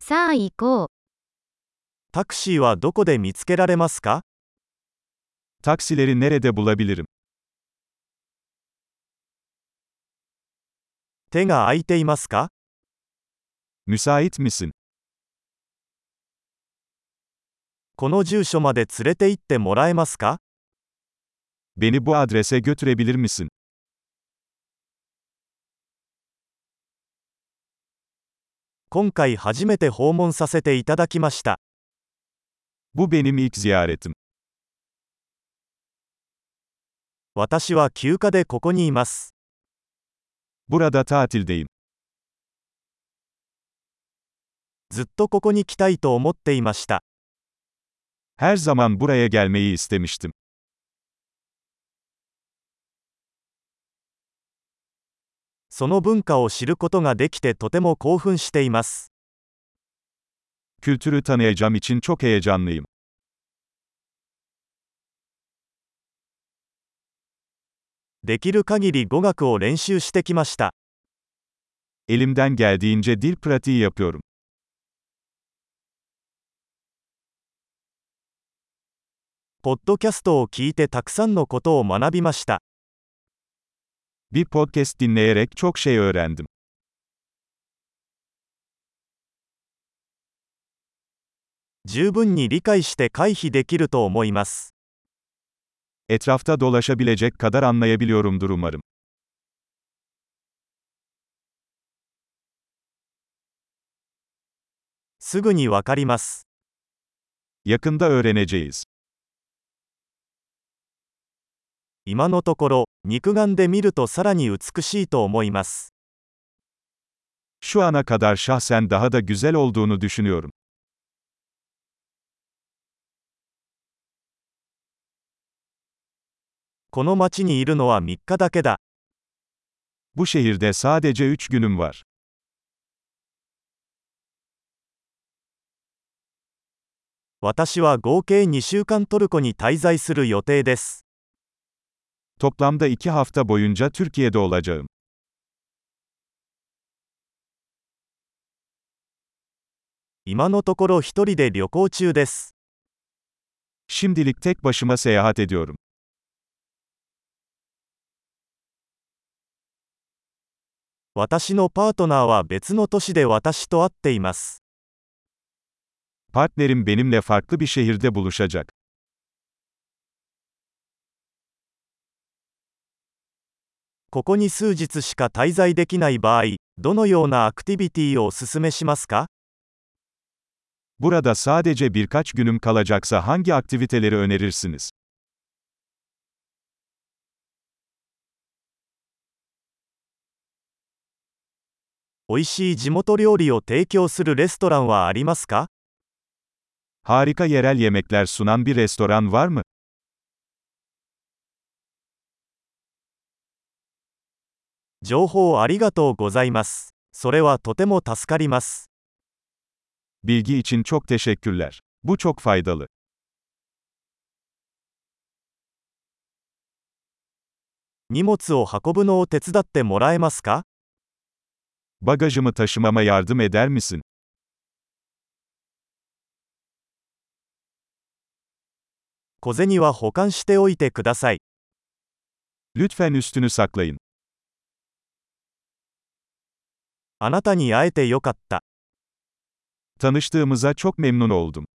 さあ行こう。タクシーはどこで見つけられますか Taksileri nerede bulabilirim? 手が空いていますか Müsait misin? この住所まで連れて行ってもらえますか Beni bu adrese götürebilir misin? 今回初めて訪問させていただきました。 Bu benim ilk ziyaretim. 私は休暇でここにいます。 Burada tatildeyim. ずっとここに来たいと思っていました。 Her zaman buraya gelmeyi istemiştim. その文化を知ることができてとても興奮しています。 Kültürü tanıyacağım için çok heyecanlıyım. できる限り語学を練習してきました。 Elimden geldiğince dil pratiği yapıyorum. ポッドキャストを聞いてたくさんのことを学びました。 Bir podcast dinleyerek çok şey öğrendim. 十分に理解して回避できると思います。 Etrafta dolaşabilecek kadar anlayabiliyorumdur umarım. すぐにわかります。 Yakında öğreneceğiz. 今のところ、肉眼で見るとさらに美しいと思います。 Şu ana kadar şahsen daha da güzel olduğunu düşünüyorum. この町にいるのは3日だけだ。 Bu şehirde sadece 3 günüm var. 私は合計2週間トルコに滞在する予定です。 Toplamda 2 hafta boyunca Türkiye'de olacağım. 今のところ一人で旅行中です。 Şimdilik tek başıma seyahat ediyorum. 私のパートナーは別の都市で私と会っています。 Partnerim benimle farklı bir şehirde buluşacak. ここに数日しか滞在できない場合、どのようなアクティビティをお勧めしますか Burada sadece birkaç günüm kalacaksa hangi aktiviteleri önerirsiniz? 美味しい地元料理を提供するレストランはありますか Harika yerel yemekler sunan bir restoran var mı? 情報ありがとうございます。それはとても助かります。 Bilgi için çok teşekkürler. Bu çok faydalı. 荷物を運ぶのを手伝ってもらえますか Bagajımı taşımama yardım eder misin? 小銭は保管しておいてください。 Lütfen üstünü saklayın. あなたに会えてよかった。 Tanıştığımıza çok memnun oldum.